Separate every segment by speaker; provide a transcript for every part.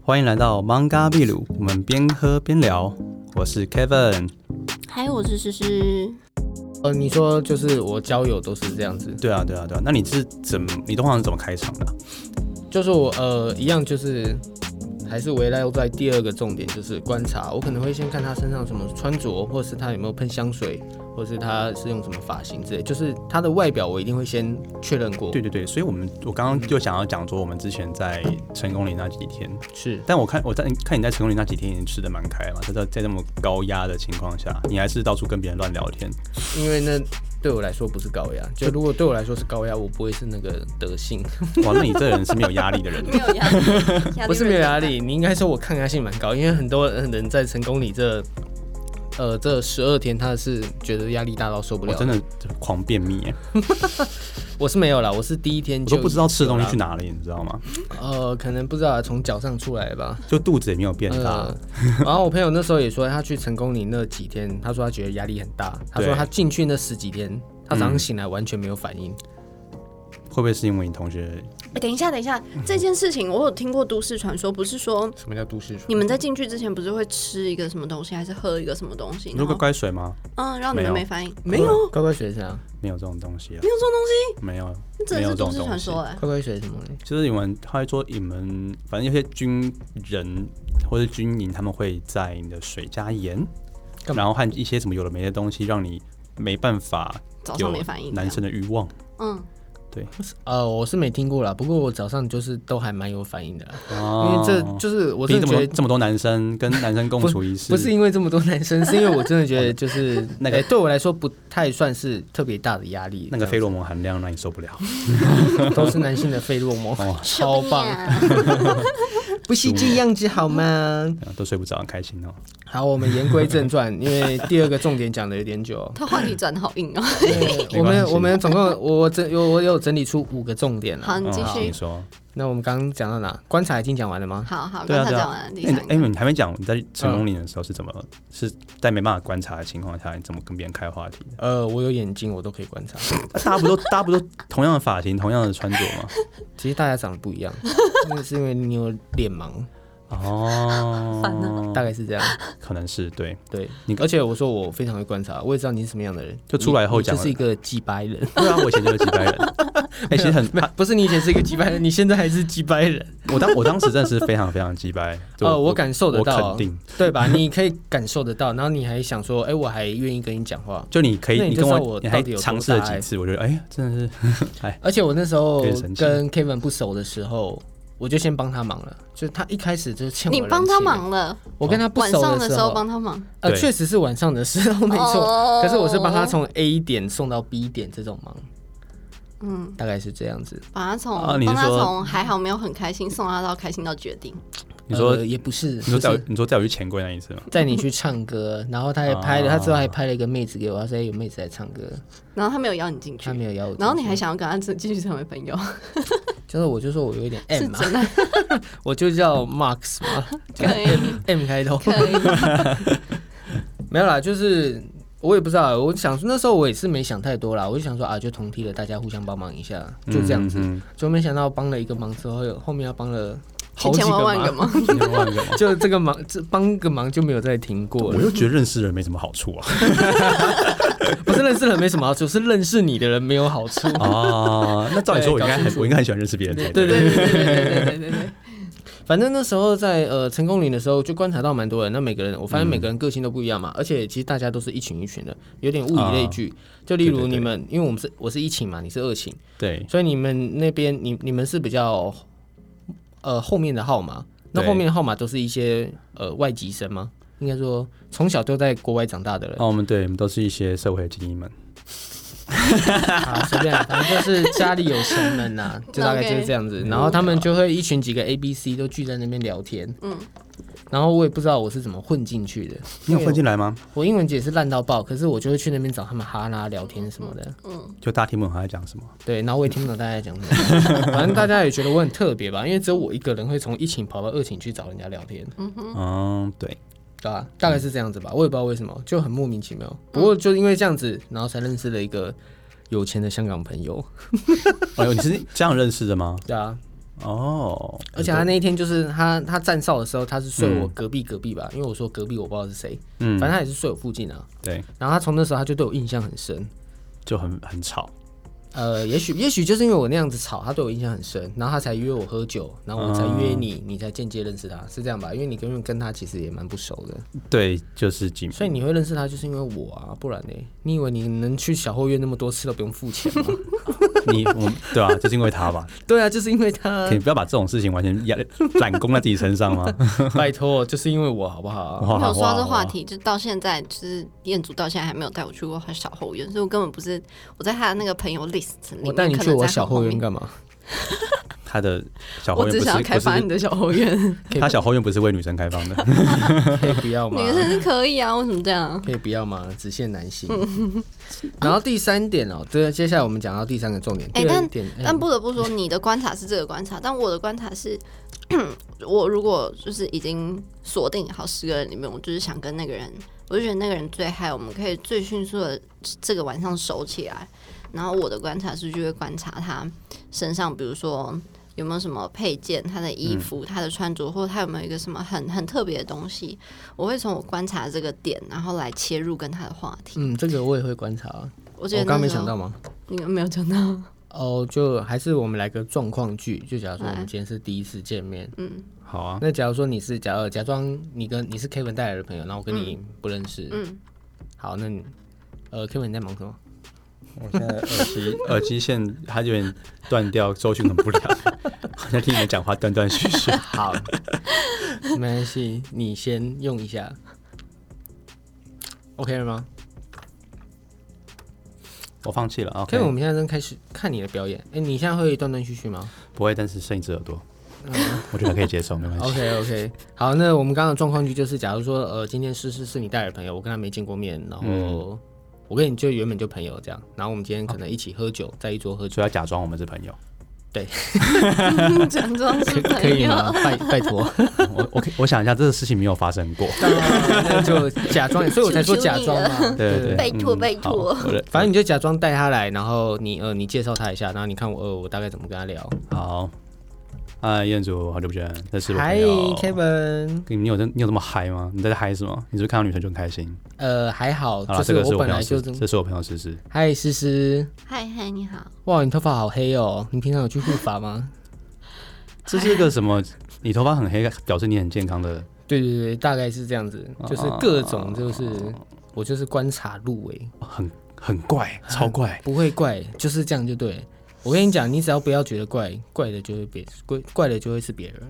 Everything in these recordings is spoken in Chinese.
Speaker 1: 欢迎来到 Manga 秘鲁，我们边喝边聊。我是 Kevin，
Speaker 2: 还有我是诗诗，
Speaker 3: 呃，你说就是我交友都是这样子，
Speaker 1: 对啊，对啊，对啊。那你是怎么？你通常是怎么开场的啊、
Speaker 3: 就是我呃一样就是还是围绕在第二个重点，就是观察。我可能会先看他身上什么穿着，或是他有没有喷香水，或是他是用什么发型之类，就是他的外表我一定会先确认过。
Speaker 1: 对，对对，所以我们我刚刚就想要讲说，我们之前在成功里那几天，
Speaker 3: 是
Speaker 1: 但我看我在看你在成功里那几天已经吃的蛮开嘛，在在在这么高压的情况下，你还是到处跟别人乱聊 天。
Speaker 3: 因为那对我来说不是高压，就如果对我来说是高压，我不会是那个德性，
Speaker 1: 哇，那你这人是没有压力的 人。
Speaker 2: 没有压力，压力
Speaker 3: 不是没有压
Speaker 2: 人
Speaker 3: 力，你应该说我抗压性蛮高，因为很多人在成功里这呃这十二天他是觉得压力大到受不
Speaker 1: 我
Speaker 3: 了，
Speaker 1: 哦真的狂便秘耶，
Speaker 3: 我是没有啦，我是第一天
Speaker 1: 我
Speaker 3: 就
Speaker 1: 都不知道吃的东西去
Speaker 3: 哪。
Speaker 1: 哪里，你知道吗？
Speaker 3: 呃，可能不知道从脚上出来吧。
Speaker 1: 就肚子也没有变大
Speaker 3: 呃， 然后我朋友那时候也说，他去成功岭那几天，他说他觉得压力很大。他
Speaker 1: 对
Speaker 3: 说他进去那十几天，他早上醒来完全没有反应。
Speaker 1: 会不会是因为你同学
Speaker 2: 哎等一下，等一下，这件事情我有听过都市传说，不是说
Speaker 3: 什么叫都市传
Speaker 2: 你们在进去之前不是会吃一个什么东西，还是喝一个什么东西？
Speaker 1: 你
Speaker 2: 然
Speaker 1: 说
Speaker 2: 后
Speaker 1: 乖乖水吗？
Speaker 2: 嗯，让你
Speaker 1: 没有
Speaker 2: 们没反应，
Speaker 3: 没有？乖乖水是啥？
Speaker 1: 没有这种东西啊，
Speaker 2: 没有这种东西，
Speaker 1: 没有，
Speaker 2: 那真
Speaker 1: 没
Speaker 2: 的
Speaker 1: 有
Speaker 2: 是
Speaker 1: 这
Speaker 2: 都
Speaker 1: 种
Speaker 2: 市
Speaker 1: 东
Speaker 2: 传
Speaker 1: 西
Speaker 2: 说。哎。
Speaker 3: 乖乖水是什么嘞？
Speaker 1: 就是你们，他会说你们，反正有些军人或者军营，他们会在你的水加盐，
Speaker 3: 干嘛
Speaker 1: 然后和一些什么有的没的东西，让你没办法
Speaker 2: 早上
Speaker 1: 有
Speaker 2: 没
Speaker 3: 啊
Speaker 2: 反应，啊嗯
Speaker 1: 男生的欲望。
Speaker 2: 这样，
Speaker 3: 呃，我是没听过啦，不过我早上就是都还蛮有反应的啦，啊
Speaker 1: 因
Speaker 3: 因为这就是我
Speaker 1: 逼
Speaker 3: 真
Speaker 1: 这
Speaker 3: 的
Speaker 1: 啊哦么多
Speaker 3: 觉得。
Speaker 1: 这么多男生跟男生共处一室，
Speaker 3: 不是因为这么多男生，是因为我真的觉得就是
Speaker 1: 那个
Speaker 3: 哎对我来说不太算是特别大的压力。
Speaker 1: 那个费洛蒙含量让你受不了，
Speaker 3: 这样子都是男性的费洛蒙，
Speaker 1: 哦
Speaker 3: 超棒，
Speaker 2: 棒！
Speaker 3: 不是这样子好吗？
Speaker 1: 都睡不着，很开心哦。
Speaker 3: 好，我们言归正传，因为第二个重点讲的有点 久。
Speaker 2: 他话题转的好硬哦。
Speaker 1: 系
Speaker 3: 我们我们总共我我整有我有整理出五个重点
Speaker 2: 好，
Speaker 3: 了。
Speaker 2: 你继
Speaker 1: 嗯
Speaker 2: 续
Speaker 1: 你。说，
Speaker 3: 那我们刚刚讲到哪？观察已经讲完了吗？
Speaker 2: 好好，
Speaker 1: 对啊
Speaker 2: 刚才
Speaker 1: 对
Speaker 2: 讲
Speaker 1: 啊
Speaker 2: 完了。第
Speaker 1: 哎
Speaker 2: 三
Speaker 1: 哎，
Speaker 2: 个，嗯
Speaker 1: 你还没讲你在成功岭的时候是怎么是在没办法观察的情况下，你怎么跟别人开话题的？
Speaker 3: 呃，我有眼睛，我都可以观察。
Speaker 1: 啊大家不都大家不都同样的发型、同样的穿着吗？
Speaker 3: 其实大家长得不一 样，那个是因为你有脸盲，
Speaker 1: 哦，
Speaker 2: 烦
Speaker 3: 大概是这样。
Speaker 1: 可能是对，
Speaker 3: 对
Speaker 1: 你，
Speaker 3: 而且我说我非常会观察，我也知道你是什么样的人。
Speaker 1: 就出来后
Speaker 3: 你你
Speaker 1: 讲
Speaker 3: 就是一个鸡掰人。
Speaker 1: 对啊，我以前就是几百人， 哎、其实很，
Speaker 3: 没有不是你以前是一个鸡掰人，你现在还是鸡掰人，
Speaker 1: 我当我当时真的是非常非常几百，就
Speaker 3: 哦我感受得到
Speaker 1: 我肯定，
Speaker 3: 对吧？你可以感受得到，然后你还想说，哎、我还愿意跟你讲话。
Speaker 1: 就你可以，
Speaker 3: 那你就
Speaker 1: 跟
Speaker 3: 知道我
Speaker 1: 我，你还
Speaker 3: 到底有多
Speaker 1: 尝试了
Speaker 3: 大
Speaker 1: 几
Speaker 3: 爱
Speaker 1: 次，我觉得哎、呀，真的是
Speaker 3: 而且我那时候
Speaker 1: 有点生气
Speaker 3: 跟 Kevin 不熟的时候，我就先帮他忙了，就是他一开始就欠我
Speaker 2: 你
Speaker 3: 人
Speaker 2: 帮他
Speaker 3: 情了，
Speaker 2: 忙了，
Speaker 3: 我跟他不
Speaker 2: 晚
Speaker 3: 熟
Speaker 2: 上的
Speaker 3: 时
Speaker 2: 时候帮他忙，
Speaker 3: 呃，
Speaker 1: 对
Speaker 3: 确实是晚上的时候没 错，
Speaker 2: 哦
Speaker 3: 可是我是帮他从 A 点送到 B 点这种忙，
Speaker 2: 嗯。
Speaker 3: 大概是这样子。
Speaker 2: 把他从
Speaker 1: 啊你是
Speaker 2: 帮他
Speaker 1: 说
Speaker 2: 从还好没有很开心送他到开心到决定，
Speaker 1: 你说
Speaker 3: 呃也不是，
Speaker 1: 你说
Speaker 3: 就
Speaker 1: 带我
Speaker 3: 是
Speaker 1: 你说带我去钱柜那一次吗？
Speaker 3: 带你去唱歌，然后他还拍了，
Speaker 1: 啊
Speaker 3: 他之后还拍了一个妹子给我，他说哎有妹子在唱歌，
Speaker 2: 然后他没有邀你进去
Speaker 3: 他，没有邀我进去，
Speaker 2: 然后你还想要跟他继续成为 朋友，
Speaker 3: 就是我就说我有一点
Speaker 2: 是
Speaker 3: M 嘛，
Speaker 2: 真的
Speaker 3: 我就叫 Max 嘛
Speaker 2: 可以
Speaker 3: ，M 开头，
Speaker 2: 可以，
Speaker 3: 没有啦，就是我也不知道，我想说那时候我也是没想太多啦，我就想说啊，就同梯了，大家互相帮忙一下，就这样子。
Speaker 1: 嗯
Speaker 3: 就没想到帮了一个忙之后，后面要帮了好
Speaker 2: 千千
Speaker 3: 几个
Speaker 2: 万万个
Speaker 3: 忙，
Speaker 2: 吗？
Speaker 1: 嗯你要忘了吗
Speaker 3: 就这个忙，这帮个忙就没有再停过
Speaker 1: 我
Speaker 3: 了。
Speaker 1: 又觉得认识人没什么好处 啊。
Speaker 3: 不是认识人没什么好处，是认识你的人没有好处。
Speaker 1: 啊，那照理说我应该
Speaker 3: 对搞
Speaker 1: 很
Speaker 3: 清楚
Speaker 1: 我应该很喜欢认识别人才
Speaker 3: 对
Speaker 2: 对对对对对对 对对，
Speaker 3: 反正那时候在呃成功岭的时候，就观察到蛮多人。那每个人，我发现每个人个性都不一样嘛，
Speaker 1: 嗯
Speaker 3: 而且其实大家都是一群一群的，有点物以类聚。就例
Speaker 1: 对
Speaker 3: 如
Speaker 1: 啊对对
Speaker 3: 你们，因为我们是我是一寝嘛，你是二寝，
Speaker 1: 对
Speaker 3: 所以你们那边你你们是比较呃后面的号码，那
Speaker 1: 对
Speaker 3: 后面的号码都是一些呃外籍生吗？应该说从小都在国外长大的人
Speaker 1: 啊，我们对我们都是一些社会精英们，
Speaker 3: 啊，随便啊，反正就是家里有钱人呐、就大概就是这样子。然后他们就会一群几个 A、B、C 都聚在那边聊天，嗯，然后我也不知道我是怎么混进去的，
Speaker 1: 你有混进来吗？
Speaker 3: 我英文解是烂到爆，可是我就会去那边找他们哈拉聊天什么的，
Speaker 1: 就大家听不懂他在讲什么，
Speaker 3: 对，然后我也听不懂大家在讲什么， 反正大家也觉得我很特别吧，因为只有我一个人会从一寝跑到二寝去找人家聊天，
Speaker 1: 嗯，对，
Speaker 3: 对吧、大概是这样子吧，我也不知道为什么，就很莫名其妙。不过就因为这样子，然后才认识了一个有钱的香港朋友，
Speaker 1: 哦哎呦，你是这样认识的吗？
Speaker 3: 对啊，
Speaker 1: 哦，
Speaker 3: 而且他那一天就是他他站哨的时候，他是睡我隔壁隔壁吧，因为我说隔壁我不知道是谁，
Speaker 1: 嗯
Speaker 3: 反正他也是睡我附近啊。
Speaker 1: 对，
Speaker 3: 然后他从那时候他就对我印象很深，
Speaker 1: 就很很吵，
Speaker 3: 呃，也许也许就是因为我那样子吵，他对我印象很深，然后他才约我喝酒，然后我才约你，你才间接认识他，是这样吧？因为你根本跟他其实也蛮不熟的，
Speaker 1: 对，就是寂寞。
Speaker 3: 所以你会认识他就是因为我啊，不然呢？你以为你能去小后院那么多次都不用付钱吗？
Speaker 1: 你我对 啊，就是因为他吧，
Speaker 3: 对啊，就是因为他
Speaker 1: 可以，不要把这种事情完全压揽功在自己身上 吗？啊
Speaker 3: 拜托，就是因为我好不啊好？
Speaker 1: 哇
Speaker 2: 没有说到这
Speaker 1: 哇
Speaker 2: 话题，就到现在，就是彦祖到现在还没有带我去过他小后院，所以我根本不是我在他的那个朋友 list 里面。
Speaker 3: 我哦带你去我小后院，干嘛？
Speaker 1: 他的小后
Speaker 2: 我
Speaker 1: 院
Speaker 2: 只
Speaker 1: 不
Speaker 2: 想
Speaker 1: 是
Speaker 2: 要开发你
Speaker 1: 不
Speaker 2: 的小后院。
Speaker 1: 是他小后院不是为女生开放的，
Speaker 3: 可哎以不要吗？
Speaker 2: 女生是可以啊，为什么这样？
Speaker 3: 可以不要吗？只限男性。然后第三点哦、对，接下来我们讲到第三个重点。
Speaker 2: 哎
Speaker 3: 第二
Speaker 2: 但
Speaker 3: 点，哎
Speaker 2: 但不得不说，你的观察是这个观察，但我的观察是， 我如果就是已经锁定好十个人里面，我就是想跟那个人，我就觉得那个人最嗨，我们可以最迅速的这个晚上熟起来。然后我的观察是，就会观察他身上，比如说有没有什么配件，他的
Speaker 3: 嗯
Speaker 2: 衣服、他的穿着，或者他有没有一个什么很很特别的东西，我会从我观察这个点，然后来切入跟他的话题。
Speaker 3: 嗯，这个我也会观察啊。
Speaker 2: 我觉得
Speaker 3: 我刚
Speaker 2: 那
Speaker 3: 没
Speaker 2: 时候
Speaker 3: 想到吗？
Speaker 2: 你们没有讲到。
Speaker 3: 哦，就还是我们来个状况剧，就假如说我们今天是第一次见面，
Speaker 2: 嗯
Speaker 1: 好啊，
Speaker 3: 那假如说你是假如假装你跟你是 Kevin 带来的朋友，然后我跟你不认识，
Speaker 2: 嗯，
Speaker 3: 好，那你呃 Kevin 你在忙 什么？
Speaker 1: 我现在耳机耳机线它有点断掉，收讯很不 良，好像听你们讲话断断续 续。
Speaker 3: 好，没关系，你先用一下，OK 了吗
Speaker 1: 我放弃了啊
Speaker 3: ？Kevin，我
Speaker 1: ，OK，
Speaker 3: 们现在正开始看你的表演，哎、你现在会断断续续吗？
Speaker 1: 不会，但是剩一只耳朵，我觉得可以接受，没关系。
Speaker 3: OK OK，好，那我们刚刚的状况剧就是，假如说呃，今天诗诗是你带的朋友，我跟他没见过面，然后、
Speaker 1: 嗯
Speaker 3: 我跟你就原本就朋友这样，然后我们今天可能一起喝酒，在一桌喝酒，
Speaker 1: 所以要假装我们是朋友。
Speaker 2: 假装是
Speaker 3: 可
Speaker 2: 朋
Speaker 3: 以
Speaker 2: 友。
Speaker 3: 吗？拜拜托，
Speaker 1: 我我我想一下，这个事情没有发生 过。
Speaker 3: 那就假装，所以我才说假装 嘛，
Speaker 1: 对对对，
Speaker 2: 拜托
Speaker 1: 嗯
Speaker 2: 拜托
Speaker 1: 好我的
Speaker 3: 反正你就假装带他来，然后你呃你介绍他一下，然后你看我呃我大概怎么跟他聊。
Speaker 1: 好，嗨，彦祖，好久不见，这是我朋
Speaker 3: 嗨
Speaker 1: 友。
Speaker 3: ，Kevin，
Speaker 1: 哦你有这你有这么嗨吗？你在嗨什么？你是不是看到女生就很开心？
Speaker 3: 呃还好，
Speaker 1: 好了，这
Speaker 3: 就是
Speaker 1: 个是我
Speaker 3: 本
Speaker 1: 朋友
Speaker 3: 来就
Speaker 1: 试，
Speaker 3: 是
Speaker 1: 这是我朋友试试。
Speaker 3: 嗨诗诗，
Speaker 2: 嗨嗨，你好，
Speaker 3: 哇你头发好黑哦，你平常有去护发吗？
Speaker 1: 这是一个什么？ 你头发很黑，表示你很健康的。
Speaker 3: 对对对，大概是这样子，就是各种就是、我就是观察入围，
Speaker 1: 很很怪，超怪。
Speaker 3: 不会怪，就是这样就对了。我跟你讲，你只要不要觉得怪，怪的就会别怪，怪的就会是别人，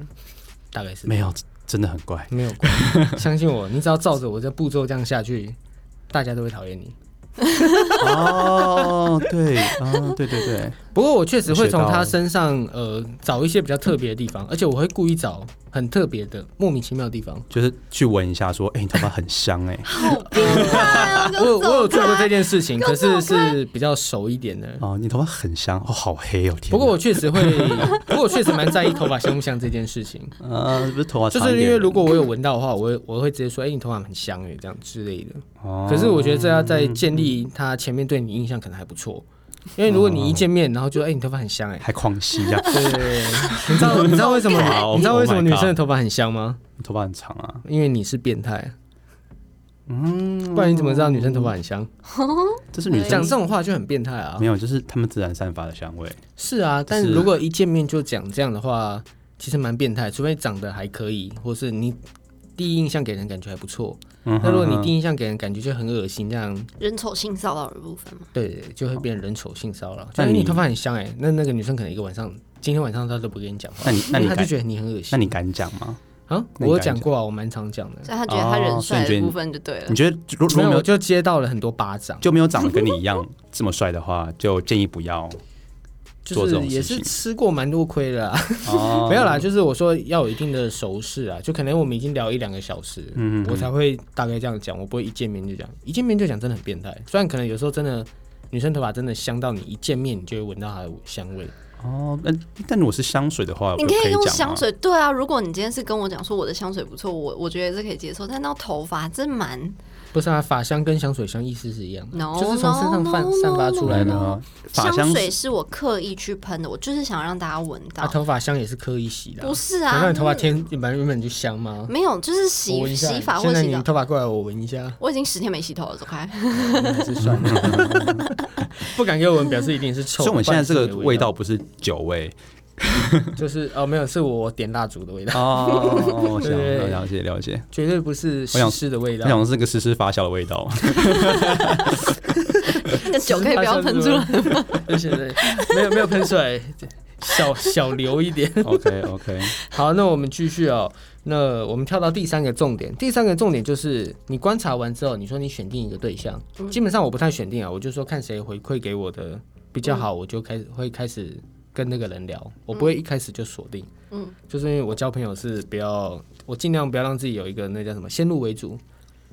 Speaker 3: 大概是
Speaker 1: 没有，真的很 怪。
Speaker 3: 没 有怪，相信我，你只要照着我这步骤这样下去，大家都会讨厌你。
Speaker 1: 哦，对，啊，对对对，
Speaker 3: 不过我确实会从
Speaker 1: 学到
Speaker 3: 他
Speaker 1: 了
Speaker 3: 身上呃找一些比较特别的地方，而且我会故意找很特别的、莫名其妙的地方。
Speaker 1: 就是去闻一下，说，哎，你头发很香， 哎，
Speaker 2: 好变态啊！
Speaker 3: 我有我有做过这
Speaker 2: 这，
Speaker 3: 件事情，可是是比较熟一点的。
Speaker 1: 哦，你头发很香，哦，好黑哦，天哪。
Speaker 3: 不过我确实 会，不过我确实蛮在意头发香不香这件事情，
Speaker 1: 呃，不是头发
Speaker 3: 就
Speaker 1: 长一
Speaker 3: 是
Speaker 1: 点
Speaker 3: 因为如果我有闻到的话，我会我会直接说，哎、你头发很香哎，这样之类的。
Speaker 1: 哦
Speaker 3: 可是我觉得这要在建立他前面对你印象可能还不错，因为如果你一见面，然后就哎、你头发很香哎，
Speaker 1: 还狂吸一啊下，
Speaker 3: 对对对对，你知道你知道为什么
Speaker 1: 好
Speaker 3: 你知道为什么
Speaker 1: Oh my
Speaker 3: 女
Speaker 1: God
Speaker 3: 生的头发很香吗？
Speaker 1: 你头发很长啊，
Speaker 3: 因为你是变态，
Speaker 1: 嗯，
Speaker 3: 不然你怎么知道女生头发很香？
Speaker 1: 这是女
Speaker 3: 哎讲
Speaker 1: 生
Speaker 3: 这种话就很变态啊
Speaker 1: 没。有，就是她们自然散发的香味。
Speaker 3: 是啊，但
Speaker 1: 是
Speaker 3: 如果一见面就讲这样的话，其实蛮变态。除非长得还可以，或是你第一印象给人感觉还不错。
Speaker 1: 嗯
Speaker 3: 那如果你
Speaker 1: 哼嗯
Speaker 3: 第一印象给人感觉就很恶心，这样
Speaker 2: 人丑性骚扰的部分嘛，
Speaker 3: 对对，就会变人丑性骚扰。就
Speaker 1: 那
Speaker 3: 是你
Speaker 1: 你
Speaker 3: 头发很香哎、那那个女生可能一个晚上，今天晚上她都不跟你讲话，
Speaker 1: 那你那你
Speaker 3: 她就
Speaker 1: 敢
Speaker 3: 觉得你很恶心。
Speaker 1: 那你敢讲吗？那
Speaker 3: 啊，我
Speaker 1: 你
Speaker 3: 有
Speaker 1: 敢
Speaker 3: 讲过啊，我蛮常讲的。
Speaker 2: 所以他觉得他人帅的部分就对啊了
Speaker 1: 你。觉得如如果
Speaker 3: 没有，
Speaker 1: 没
Speaker 3: 我
Speaker 1: 有
Speaker 3: 就接到了很多巴掌，
Speaker 1: 就没有长得跟你一样这么帅的话，就建议不要
Speaker 3: 就
Speaker 1: 做这
Speaker 3: 是
Speaker 1: 种
Speaker 3: 也
Speaker 1: 事
Speaker 3: 是
Speaker 1: 情
Speaker 3: 吃过蛮多亏的、啊。
Speaker 1: 哦
Speaker 3: 没有啦，就是我说要有一定的熟识啊，就可能我们已经聊一两个小时，
Speaker 1: 嗯
Speaker 3: 我才会大概这样讲，我不会一见面就讲，一见面就讲真的很变态。虽然可能有时候真的女生头发真的香到你一见面你就会闻到她的香味，
Speaker 1: 哦，那但如果是香水的话，
Speaker 2: 你
Speaker 1: 我
Speaker 2: 可以用
Speaker 1: 讲吗
Speaker 2: 香。水，对啊。如果你今天是跟我讲说我的香水不错，我我觉得是可以接受，但到头发真蛮
Speaker 3: 不是啊，法香跟香水香意思是一样的
Speaker 2: No，
Speaker 3: 就是从身上散
Speaker 2: no, no,
Speaker 3: 散发出来
Speaker 1: 没
Speaker 3: 的。
Speaker 1: 有啊法
Speaker 2: 香
Speaker 1: 香
Speaker 2: 水是我刻意去喷的，我就是想让大家闻到。
Speaker 3: 啊，头发香也是刻意洗的啊、
Speaker 2: 不是
Speaker 3: 难
Speaker 2: 啊，
Speaker 3: 道你头发
Speaker 2: 那
Speaker 3: 天原本原本就香吗？
Speaker 2: 没有，就是
Speaker 3: 我闻
Speaker 2: 洗
Speaker 3: 一下
Speaker 2: 洗发或
Speaker 3: 现在
Speaker 2: 洗
Speaker 3: 你
Speaker 2: 澡。
Speaker 3: 头发过来，我闻一下，
Speaker 2: 我已经十天没洗头了，走开。
Speaker 3: 是酸的。不敢给我闻，表示一定是臭。
Speaker 1: 所以我们现在这
Speaker 3: 不然
Speaker 1: 个
Speaker 3: 是没
Speaker 1: 味
Speaker 3: 味
Speaker 1: 道，不是酒味
Speaker 3: 就是哦，没有，是我点蜡烛的味道，
Speaker 1: 哦，
Speaker 3: 对对
Speaker 1: 想
Speaker 3: 对
Speaker 1: 了解了解，
Speaker 3: 绝对不是
Speaker 1: 我
Speaker 3: 湿
Speaker 1: 想
Speaker 3: 湿的味
Speaker 1: 我
Speaker 3: 道。
Speaker 1: 想是个湿湿发酵的味道，
Speaker 2: 那个酒可以不要喷出来。
Speaker 3: 对对对，没有没有喷出来，小小流一点。
Speaker 1: OK OK，
Speaker 3: 好，那我们继续哦。那我们跳到第三个重点，第三个重点就是你观察完之后，你说你选定一个对象，基本上我不太选定啊，我就说看谁回馈给我的比较好，我就开始会开始跟那个人聊，我不会一开始就锁定。
Speaker 2: 嗯，
Speaker 3: 就是因为我交朋友是不要，我尽量不要让自己有一个那叫什么先入为主。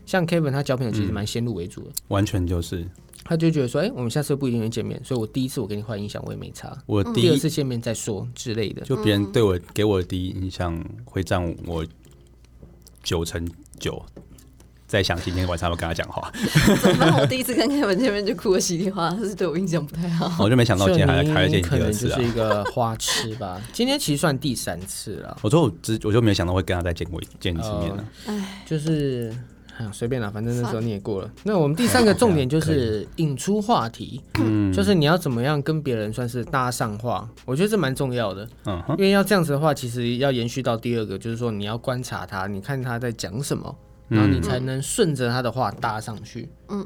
Speaker 3: 像 Kevin 他交朋友其实蛮先入为主的，
Speaker 1: 完全就是
Speaker 3: 他就觉得说，哎、我们下次不一定会见面，所以我第一次我给你换印象我也没差，
Speaker 1: 我第
Speaker 3: 第二
Speaker 1: 一
Speaker 3: 次见面再说之类的。
Speaker 1: 就别人对我给我的第一印象会占我九成九，在想今天晚上要不要跟他讲 话，
Speaker 2: 怎么办？我第一次跟 Kevin 见面就哭的稀里哗啦，他是对我印象不 太好。
Speaker 1: 我就没想到今天还还会见
Speaker 3: 就你
Speaker 1: 你
Speaker 3: 可
Speaker 1: 第
Speaker 3: 能
Speaker 1: 二
Speaker 3: 就
Speaker 1: 次啊
Speaker 3: 是。一个花痴吧。 今天其实算第三次了，
Speaker 1: 我说我只我就没有想到会跟他再见过一见一次面啊
Speaker 3: 哦
Speaker 1: 了，
Speaker 3: 就是哎呀随便啦，反正那时候你也过了。那我们第三个重点就是
Speaker 1: 哎
Speaker 3: 引出话题，
Speaker 1: 嗯
Speaker 3: 就是你要怎么样跟别人算是搭上话，我觉得这蛮重要的。
Speaker 1: 嗯
Speaker 3: 因为要这样子的话，其实要延续到第二个，就是说你要观察他，你看他在讲什么，
Speaker 1: 嗯
Speaker 3: 然后你才能顺着他的话搭上去。
Speaker 2: 嗯，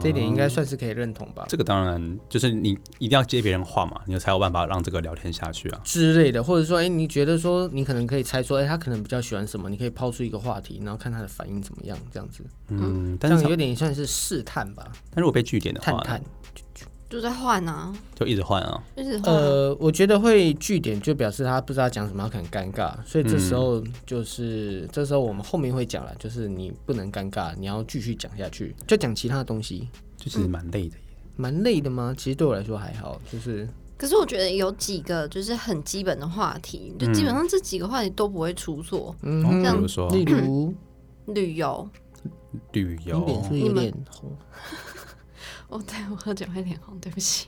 Speaker 3: 这一点应该算是可以认同吧。
Speaker 1: 这个当然就是你一定要接别人话嘛，你才有办法让这个聊天下去啊。
Speaker 3: 之类的，或者说，哎、你觉得说你可能可以猜说，哎、他可能比较喜欢什么，你可以抛出一个话题，然后看他的反应怎么样，这样子，
Speaker 1: 嗯，
Speaker 3: 这
Speaker 1: 但
Speaker 3: 样
Speaker 1: 是
Speaker 3: 有点算是试探吧，
Speaker 1: 但如果被据点的
Speaker 3: 探
Speaker 1: 话，
Speaker 3: 探。
Speaker 2: 就在换啊，
Speaker 1: 就一直换啊。
Speaker 2: 就是换啊。
Speaker 3: 呃，我觉得会据点就表示他不知道讲什么，他很尴尬，所以这
Speaker 1: 嗯
Speaker 3: 时候就是、这时候我们后面会讲了，就是你不能尴尬，你要继续讲下去，就讲其他的东西，
Speaker 1: 就其实蛮累的耶。
Speaker 3: 蛮累的吗？其实对我来说还好，就是
Speaker 2: 可是我觉得有几个就是很基本的话题，
Speaker 1: 嗯
Speaker 2: 就基本上这几个话题都不会出错。
Speaker 3: 嗯
Speaker 1: 哦
Speaker 3: 哼，
Speaker 1: 比如说
Speaker 3: 例如
Speaker 2: 旅游，
Speaker 1: 旅
Speaker 3: 你
Speaker 1: 游，
Speaker 3: 脸是不是
Speaker 2: 你
Speaker 3: 有
Speaker 2: 们
Speaker 3: 点红，
Speaker 2: 哦，对我喝酒会脸红，对不起。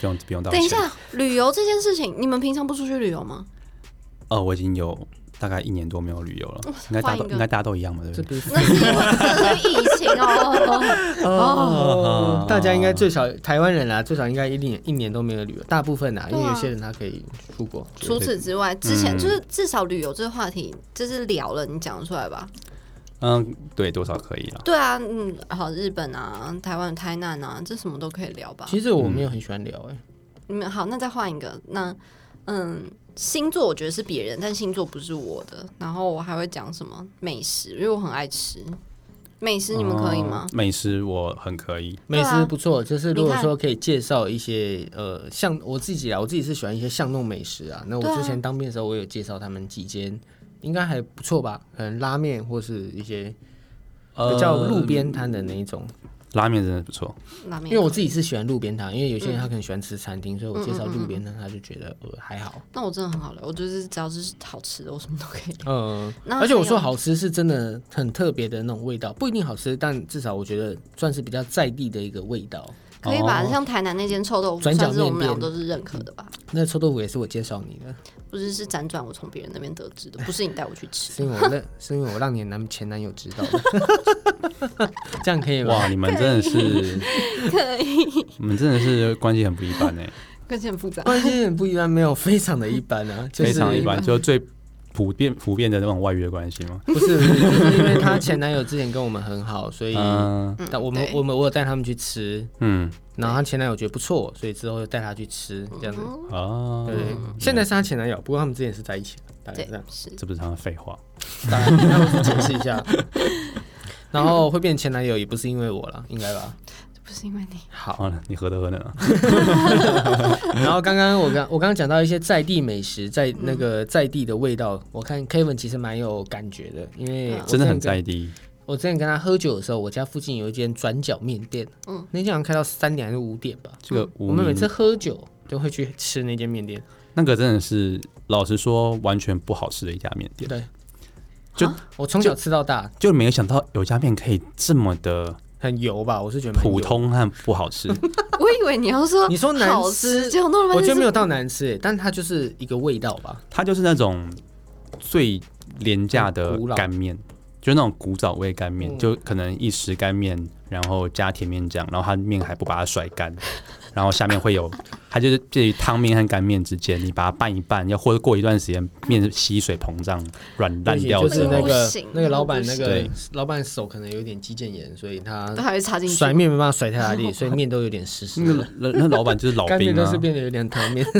Speaker 1: 不用不用道歉。
Speaker 2: 等一下，旅游这件事情，你们平常不出去旅游吗？
Speaker 1: 哦，我已经有大概一年多没有旅游了，应该大家
Speaker 2: 换一
Speaker 1: 都
Speaker 2: 个
Speaker 1: 应该大家都一样嘛，对不
Speaker 3: 这
Speaker 1: 对？
Speaker 3: 不是
Speaker 2: 那是那是疫情 哦。
Speaker 3: 哦
Speaker 1: 哦，
Speaker 3: 大家应该最少台湾人啊，最少应该一年一年都没有旅游，大部分啊，因
Speaker 2: 对啊
Speaker 3: 为有些人他可以出国。
Speaker 2: 除此之
Speaker 1: 嗯
Speaker 2: 外，之前就是至少旅游这个话题，就是聊了，你讲得出来吧？
Speaker 1: 嗯，对，多少可以了。
Speaker 2: 对啊，嗯，好，日本啊，台湾、台南啊，这什么都可以聊吧？
Speaker 3: 其实我没有很喜欢聊
Speaker 2: 啊
Speaker 3: 哎、
Speaker 2: 你们好，那再换一个，那嗯，星座我觉得是别人，但星座不是我的。然后我还会讲什么美食，因为我很爱吃美食，你们可以吗
Speaker 1: 哦？美食我很可以，
Speaker 2: 对
Speaker 3: 美
Speaker 2: 啊
Speaker 3: 食不错，就是
Speaker 2: 你
Speaker 3: 如果
Speaker 2: 看
Speaker 3: 说可以介绍一些呃，像我自己啊，我自己是喜欢一些巷弄美食啊。那
Speaker 2: 对
Speaker 3: 我
Speaker 2: 啊
Speaker 3: 之前当兵的时候，我有介绍他们几间，应该还不错吧？可能拉面或是一些比较
Speaker 1: 呃
Speaker 3: 路边摊的那一种。
Speaker 1: 拉面真的不错。
Speaker 2: 拉面，
Speaker 3: 哦因为我自己是喜欢路边摊，因为有些人他可能喜欢吃餐厅，所以我介
Speaker 2: 嗯
Speaker 3: 绍路边摊，他就觉得呃还好。
Speaker 2: 那我真的很好聊，我就是只要是好吃的，我什么都可以聊。
Speaker 3: 嗯，
Speaker 2: 那
Speaker 3: 而且我
Speaker 2: 还有
Speaker 3: 说好吃是真的很特别的那种味道，不一定好吃，但至少我觉得算是比较在地的一个味道。
Speaker 2: 可以吧？
Speaker 1: 哦
Speaker 2: 像台南那间臭豆腐，
Speaker 3: 转角
Speaker 2: 算是我们
Speaker 3: 面
Speaker 2: 俩
Speaker 3: 店
Speaker 2: 都是认可的吧？
Speaker 3: 那臭豆腐也是我介绍你的，
Speaker 2: 不是，是辗转我从别人那边得知的，不是你带我去吃。
Speaker 3: 是因为我让是因为我让你男前男友知道的， 这样可以吗？
Speaker 1: 哇，你们真的 是，
Speaker 2: 可以，
Speaker 1: 你们真的是关系很不一般哎，
Speaker 2: 关系很复杂。
Speaker 3: 关系很不一般，没有非常的一般啊，就是、
Speaker 1: 非常一般，就最普遍普遍的那种外遇的关系吗？
Speaker 3: 不是，不是就是因为她前男友之前跟我们很好，所以
Speaker 1: 嗯
Speaker 3: 但我们
Speaker 2: 对
Speaker 3: 我们我有带他们去吃，
Speaker 1: 嗯
Speaker 3: 然后她前男友觉得不错，所以之后又带她去吃这样子。
Speaker 1: 哦，
Speaker 3: 对，现在是她前男友，不过他们之前是在一起的，大概
Speaker 2: 对
Speaker 3: 这样。，
Speaker 2: 是
Speaker 1: 这不是他的废话，
Speaker 3: 当然，那我去解释一下。然后会变前男友也不是因为我了，应该吧？
Speaker 2: 不是因为你？
Speaker 3: 好，
Speaker 1: 好了，你何德何能啊？
Speaker 3: 然后刚刚我刚我刚刚讲到一些在地美食，在那
Speaker 1: 嗯
Speaker 3: 个在地的味道，我看 Kevin 其实蛮有感觉的，因为我
Speaker 1: 嗯真的
Speaker 3: 之前
Speaker 1: 很
Speaker 3: 跟
Speaker 1: 在。地，
Speaker 3: 我之前跟他喝酒的时候，我家附近有一间转角面店，嗯
Speaker 2: 嗯，
Speaker 3: 那间好像开到三点还是五点吧。
Speaker 1: 这个无
Speaker 3: 嗯我们每
Speaker 1: 名
Speaker 3: 次喝酒都会去吃那间面店，
Speaker 1: 那个真的是，老实说，完全不好吃的一家面店。
Speaker 3: 对，啊
Speaker 1: 就
Speaker 3: 我从小吃到大，
Speaker 1: 就没有想到油加面可以这么的
Speaker 3: 很油吧？我是觉得蛮油
Speaker 1: 普。通和不好吃。
Speaker 2: 我以为你要说
Speaker 3: 你说难
Speaker 2: 好
Speaker 3: 吃
Speaker 2: 结果弄了
Speaker 3: 我
Speaker 2: 半
Speaker 3: 觉
Speaker 2: 天
Speaker 3: 得没
Speaker 2: 是
Speaker 3: 有到难吃、欸，但它就是一个味道吧。
Speaker 1: 它就是那种最廉价的
Speaker 3: 很古老
Speaker 1: 干面，就是那种古早味干面，
Speaker 3: 嗯
Speaker 1: 就可能一匙干面，然后加甜面酱，然后它面还不把它甩干， 然后下面会有，它就是介于汤面和干面之间，你把它拌一拌，要或者过一段时间面吸水膨胀软烂
Speaker 3: 对
Speaker 1: 掉
Speaker 3: 就
Speaker 1: 之
Speaker 3: 是
Speaker 1: 后，
Speaker 3: 那
Speaker 2: 不
Speaker 3: 个
Speaker 2: 行
Speaker 3: 那个老板那
Speaker 1: 不
Speaker 3: 个
Speaker 1: 行
Speaker 3: 老板手可能有点肌腱炎，所以他
Speaker 2: 都还会插进去，
Speaker 3: 甩面没办法甩太大力，所以面都有点湿湿
Speaker 1: 那
Speaker 3: 的
Speaker 1: 个。那 那老板就是老
Speaker 3: 干面
Speaker 1: 兵
Speaker 3: 都
Speaker 1: 啊
Speaker 3: 是，变得有点汤面。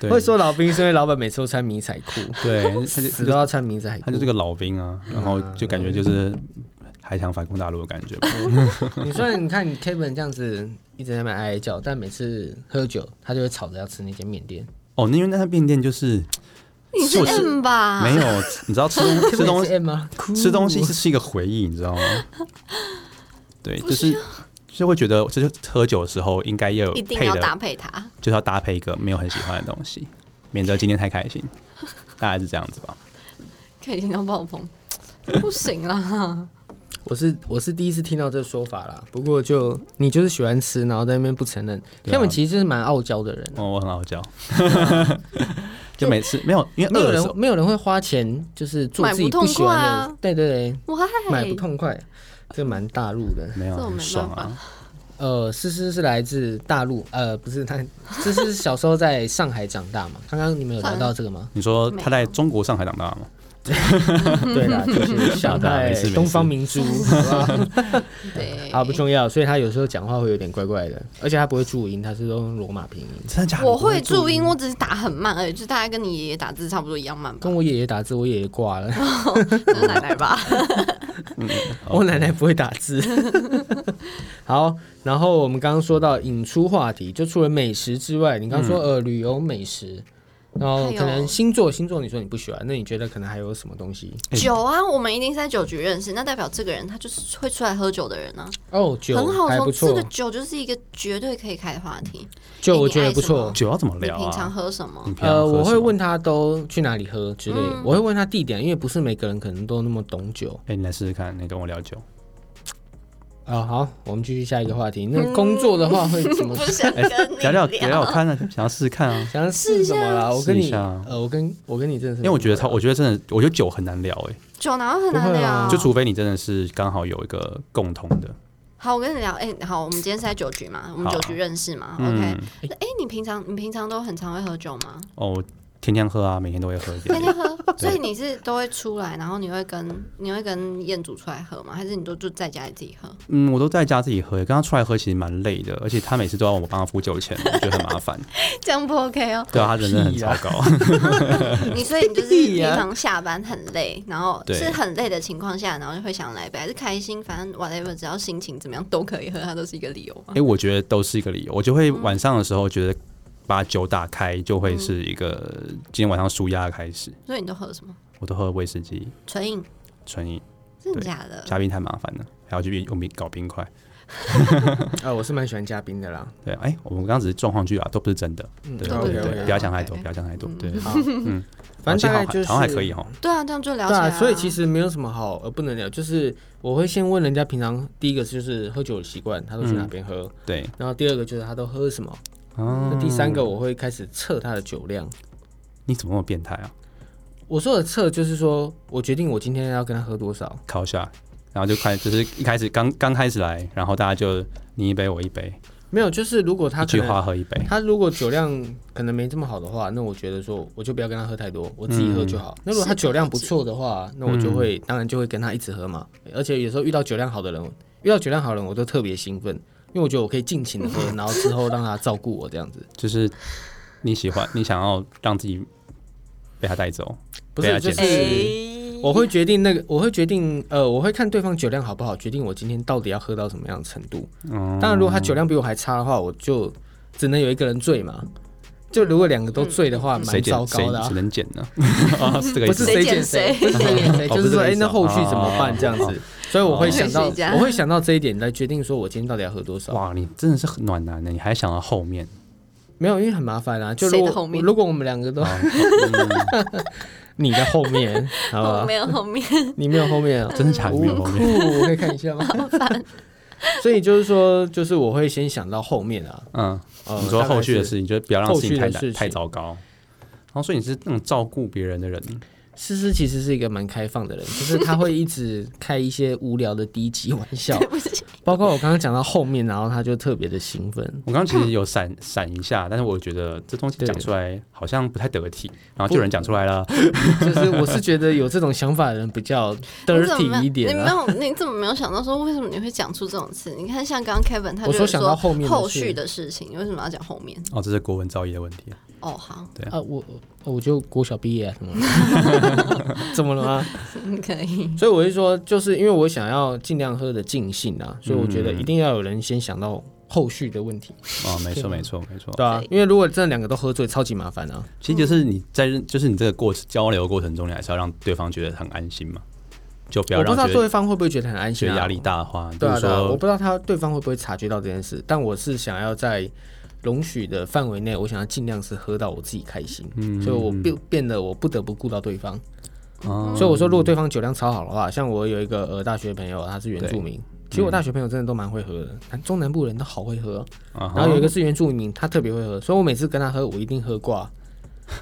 Speaker 1: 对
Speaker 3: 会说老兵是因为老板每次都穿迷彩裤，
Speaker 1: 对， 他就
Speaker 3: 死都要穿迷彩
Speaker 1: 他
Speaker 3: 裤
Speaker 1: 就。是个老兵啊，然后就感觉就是还想反攻大陆的感觉吧。
Speaker 3: 你虽然你看你 Kevin 这样子一直在那边哀哀叫，但每次喝酒他就会吵着要吃那间面店。
Speaker 1: 哦，那因为那家面店就是
Speaker 2: 你是
Speaker 1: 我是
Speaker 2: M 吧？
Speaker 1: 没有，你知道吃东 吃
Speaker 3: Kevin
Speaker 1: 东
Speaker 3: 也是 M 吗？
Speaker 1: 吃东西是是一个回忆，你知道吗？对，就是就是会觉得，就是喝酒的时候应该要
Speaker 3: 呃
Speaker 1: 有
Speaker 2: 一定
Speaker 1: 配
Speaker 2: 要
Speaker 1: 的，
Speaker 2: 搭配它。
Speaker 1: 就是要搭配一个没有很喜欢的东西，免得今天太开心。大概是这样子吧。
Speaker 2: 可以听到爆棚， 不行啦！
Speaker 3: 我是我是第一次听到这说法啦。不过就你就是喜欢吃，然后在那边不承认。
Speaker 1: 对啊
Speaker 3: Kevin 其实就是蛮傲娇的人，啊
Speaker 1: 哦，我很傲 娇，就每次没有，因为
Speaker 3: 没
Speaker 1: 饿的
Speaker 3: 有
Speaker 1: 时候
Speaker 3: 人没有人会花钱就是做
Speaker 2: 买
Speaker 3: 自己
Speaker 2: 不痛
Speaker 3: 喜欢的，
Speaker 2: 快啊
Speaker 3: 对对对，
Speaker 2: 哇，
Speaker 3: 买不痛快，这蛮大陆的。
Speaker 1: 没有
Speaker 2: 这我没
Speaker 1: 很爽
Speaker 2: 办
Speaker 1: 啊。
Speaker 3: 呃，思思是来自大陆，呃，不是他， 思思是小时候在上海长大嘛。刚刚你们有聊到这 个吗？
Speaker 1: 你说他在中国上海长大吗？
Speaker 2: 嗯
Speaker 3: 对啦， 就是小
Speaker 1: 没
Speaker 3: 太
Speaker 1: 事没事
Speaker 3: 东方 明珠，好不好
Speaker 2: 对，
Speaker 3: 啊好不重要，所以他有时候讲话会有点怪怪的，而且他不会注音，他是用罗马拼音，
Speaker 1: 真的假的？
Speaker 2: 我会注音，我只是打很慢而已，就大概跟你爷爷打字差不多一样慢吧
Speaker 3: 跟。我爷爷打字，我爷爷挂了，
Speaker 2: 就是奶奶 吧，
Speaker 3: 我奶奶不会打字。 好，然后我们刚刚说到引出话题，就除了美食之外，你刚
Speaker 1: 嗯
Speaker 3: 刚说、呃旅游美食，然后
Speaker 2: 还有
Speaker 3: 可能星座星座你说你不喜欢，那你觉得可能还有什么东西？
Speaker 2: 酒啊，我们一定是在酒局认识，那代表这个人他就是会出来喝酒的人啊，
Speaker 3: 哦，酒
Speaker 2: 很好
Speaker 3: 还
Speaker 2: 说，
Speaker 3: 不
Speaker 2: 这
Speaker 3: 错，
Speaker 2: 个酒就是一个绝对可以开的话题。
Speaker 3: 就
Speaker 2: 哎你
Speaker 3: 我觉得
Speaker 2: 爱
Speaker 3: 不
Speaker 2: 什
Speaker 3: 错
Speaker 2: 么。
Speaker 1: 酒要怎么
Speaker 2: 你
Speaker 1: 聊
Speaker 2: 平常
Speaker 1: 啊？
Speaker 2: 喝什么？
Speaker 1: 你平常
Speaker 3: 呃，
Speaker 1: 喝
Speaker 3: 我
Speaker 1: 什
Speaker 3: 会
Speaker 1: 么
Speaker 3: 问，他都去哪里喝之类的，
Speaker 2: 嗯
Speaker 3: 我会问他地点，因为不是每个人可能都那么懂酒
Speaker 1: 哎，你来试试看，你跟我聊酒。
Speaker 3: 啊、好，我们继续下一个话题。那工作的话会怎 么？
Speaker 2: 不想
Speaker 1: 哎
Speaker 2: 跟你，
Speaker 1: 聊聊聊聊看啊，想要试试看啊。
Speaker 3: 想要试什么啦？我跟
Speaker 1: 试
Speaker 3: 你
Speaker 1: 一下啊
Speaker 3: 呃，我跟我跟你真的是，
Speaker 1: 因为我觉得超，我觉得真的，我觉得酒很难聊哎、
Speaker 2: 酒哪会很难
Speaker 3: 不会
Speaker 2: 聊、
Speaker 3: 啊
Speaker 1: 就除非你真的是刚好有一个共同的，
Speaker 2: 好，我跟你聊，哎、好，我们今天是在酒局嘛，我们
Speaker 1: 好
Speaker 2: 酒局认识嘛、o k
Speaker 1: 嗯，
Speaker 2: 哎、你平常你平常都很常会喝酒吗？
Speaker 1: 哦，天天喝啊，每天都会喝一点
Speaker 2: 天，天喝，所哎以你是都会出来，然后你会跟你会跟彦祖出来喝吗？还是你都就在家里自己喝？
Speaker 1: 嗯，我都在家自己喝，跟他出来喝其实蛮累的，而且他每次都要我帮他付酒钱，我觉得很麻烦。
Speaker 2: 这样不 OK 哦。
Speaker 1: 对啊，他人真的很
Speaker 3: 屁
Speaker 1: 糟
Speaker 3: 呀
Speaker 1: 糕，
Speaker 2: 你所以你就是
Speaker 3: 屁
Speaker 2: 平
Speaker 3: 呀
Speaker 2: 常下班很累，然后
Speaker 1: 对
Speaker 2: 是很累的情况下，然后就会想来一杯，还是开心，反正 whatever，只要心情怎么样都可以喝，它都是一个理由嘛
Speaker 1: 哎、。我觉得都是一个理由，我就会晚上的时候觉得把酒打开就会是一个今天晚上舒压的开始，
Speaker 2: 所以你都喝什么？
Speaker 1: 我都喝威士忌、
Speaker 2: 纯饮，
Speaker 1: 纯饮，
Speaker 2: 真的
Speaker 1: 对
Speaker 2: 假的？
Speaker 1: 嘉宾太麻烦了，还要去用冰搞冰块。
Speaker 3: 呃，我是蛮喜欢嘉宾的啦。
Speaker 1: 对，哎、我们刚刚只是状况剧啊，都不是真的。
Speaker 3: 嗯
Speaker 1: 对啊对
Speaker 2: 都不是真
Speaker 1: 对，
Speaker 2: 的
Speaker 1: 不要想太多，
Speaker 2: OK
Speaker 1: 不要想太多。对，
Speaker 3: 好，
Speaker 1: 嗯，
Speaker 3: 反正
Speaker 1: 好
Speaker 3: 大
Speaker 1: 像
Speaker 3: 概就是
Speaker 1: 好像还可以哦哈。
Speaker 2: 对啊，这样就聊
Speaker 3: 对
Speaker 2: 起来、
Speaker 3: 啊，
Speaker 2: 啊。
Speaker 3: 所以其实没有什么好呃不能聊，就是我会先问人家平常第一个就是喝酒的习惯，他
Speaker 1: 嗯
Speaker 3: 都去哪边喝，
Speaker 1: 对，
Speaker 3: 然后第二个就是他都喝什么，
Speaker 1: 哦
Speaker 3: 那第三个我会开始测他的酒量。
Speaker 1: 你怎么那么变态啊？
Speaker 3: 我说的测就是说我决定我今天要跟他喝多少，
Speaker 1: 烤下，啊然后就开，就是一开始刚刚开始来，然后大家就你一杯我一杯，
Speaker 3: 没有，就是如果他
Speaker 1: 一
Speaker 3: 可
Speaker 1: 句
Speaker 3: 能
Speaker 1: 话喝一杯。
Speaker 3: 他如果酒量可能没这么好的话，那我觉得说我就不要跟他喝太多，我自己喝就好。那如果他酒量不错的话，那我就会、当然就会跟他一直喝嘛。而且有时候遇到酒量好的人，遇到酒量好的人，我都特别兴奋，因为我觉得我可以尽情的喝，然后之后让他照顾我这样子。
Speaker 1: 就是你喜欢，你想要让自己被他带走，
Speaker 3: 不
Speaker 1: 被他
Speaker 3: 是，就
Speaker 1: 捡
Speaker 3: 是、哦
Speaker 1: 起
Speaker 2: 哎
Speaker 3: 我会决定那个，我会决定呃，我会看对方酒量好不好，决定我今天到底要喝到什么样的程度。
Speaker 1: 嗯，
Speaker 3: 当然，如果他酒量比我还差的话，我就只能有一个人醉嘛。就如果两个都醉的话，蛮
Speaker 1: 嗯谁捡
Speaker 3: 糟
Speaker 1: 谁
Speaker 3: 糕的、啊
Speaker 1: 只。能捡 呢？啊，是这个意
Speaker 3: 不
Speaker 1: 思
Speaker 3: 是
Speaker 1: 吗。
Speaker 3: 谁
Speaker 2: 捡
Speaker 3: 捡
Speaker 2: 谁
Speaker 3: 谁，不是谁捡谁，
Speaker 1: 哦不
Speaker 3: 就是说，
Speaker 1: 是这个
Speaker 3: 哎
Speaker 1: 意，思
Speaker 3: 那
Speaker 1: 哦
Speaker 3: 后续怎么办？这样子，所以我会想到，
Speaker 2: 后续是这样
Speaker 3: 我会想到这一点来决定说，我今天到底要喝多少。
Speaker 1: 哇，你真的是很暖男呢，欸你还想到后 面？
Speaker 3: 没有，因为很麻烦啊。就
Speaker 2: 谁
Speaker 3: 如
Speaker 2: 的后
Speaker 3: 果
Speaker 2: 面
Speaker 3: 如果我们两个都
Speaker 1: 啊嗯
Speaker 3: 你的后 面，好啊
Speaker 2: 我
Speaker 3: 吧？
Speaker 2: 没有后面，
Speaker 3: 你没有后面啊？
Speaker 1: 真的假的？没有
Speaker 3: 哦
Speaker 1: 后面，
Speaker 3: 酷，我可以看一下吗？ 所以就是说，就是我会先想到后面啊。
Speaker 1: 嗯，
Speaker 3: 呃、
Speaker 1: 你说后续的事
Speaker 3: 事
Speaker 1: 情，就不要让
Speaker 3: 后
Speaker 1: 事
Speaker 3: 续
Speaker 1: 情太
Speaker 3: 的事
Speaker 1: 难太
Speaker 3: 情
Speaker 1: 糟糕。然后，所以你是那种照顾别人的人，
Speaker 3: 思思其实是一个蛮开放的人，就是他会一直开一些无聊的低级玩 笑，包括我刚刚讲到后面，然后他就特别的兴奋。
Speaker 1: 我刚刚其实有闪闪一下，但是我觉得这东西讲出来好像不太得体，然后就有人讲出来了，
Speaker 3: 就是我是觉得有这种想法的人比较
Speaker 2: 你怎么
Speaker 3: dirty 一
Speaker 2: 没有
Speaker 3: 点
Speaker 2: 你没
Speaker 3: 啊。
Speaker 2: 有，你怎么没有想到说为什么你会讲出这种词？你看，像刚刚 Kevin 他就
Speaker 3: 我说
Speaker 2: 有
Speaker 3: 想到后面的
Speaker 2: 后
Speaker 3: 事
Speaker 2: 续的事情，你为什么要讲后面？
Speaker 1: 哦，这是国文造诣的问题。
Speaker 2: 哦， 好，
Speaker 3: 啊，我我就国小毕业啊，什么 怎么了吗？
Speaker 2: 可以，
Speaker 3: 所以我是说，就是因为我想要尽量喝的尽兴啊，所以我觉
Speaker 1: 嗯
Speaker 3: 得一定要有人先想到后续的问题，
Speaker 1: 哦，没
Speaker 3: 对
Speaker 1: 错，没错，没错。
Speaker 3: 对啊
Speaker 2: 对，
Speaker 3: 因为如果这两个都喝醉，超级麻烦啊。
Speaker 1: 其实就是你在认，就是你这个过程交流的过程中，你还是要让对方觉得很安心嘛，就不要
Speaker 3: 我不
Speaker 1: 啊让
Speaker 3: 知道
Speaker 1: 觉得
Speaker 3: 对方会不会觉得很安
Speaker 1: 觉
Speaker 3: 心、
Speaker 1: 得
Speaker 3: 啊，
Speaker 1: 压力。大的话，
Speaker 3: 对
Speaker 1: 就
Speaker 3: 啊，
Speaker 1: 是
Speaker 3: 对啊，我
Speaker 1: 说
Speaker 3: 不知道他对方会不会察觉到这件事，但我是想要在容许的范围内，我想要尽量是喝到我自己开心，
Speaker 1: 嗯
Speaker 3: 所以我变变得我不得不顾到对方。
Speaker 1: 哦
Speaker 3: 所以我说，如果对方酒量超好的话，像我有一个呃大学朋友，他是原住民。其实我大学朋友真的都蛮会喝的，
Speaker 1: 嗯
Speaker 3: 南中南部人都好会喝哦、
Speaker 1: 啊
Speaker 3: 然
Speaker 1: 哈
Speaker 3: 后有一个是原住民，他特别会喝，所以我每次跟他喝，我一定喝挂，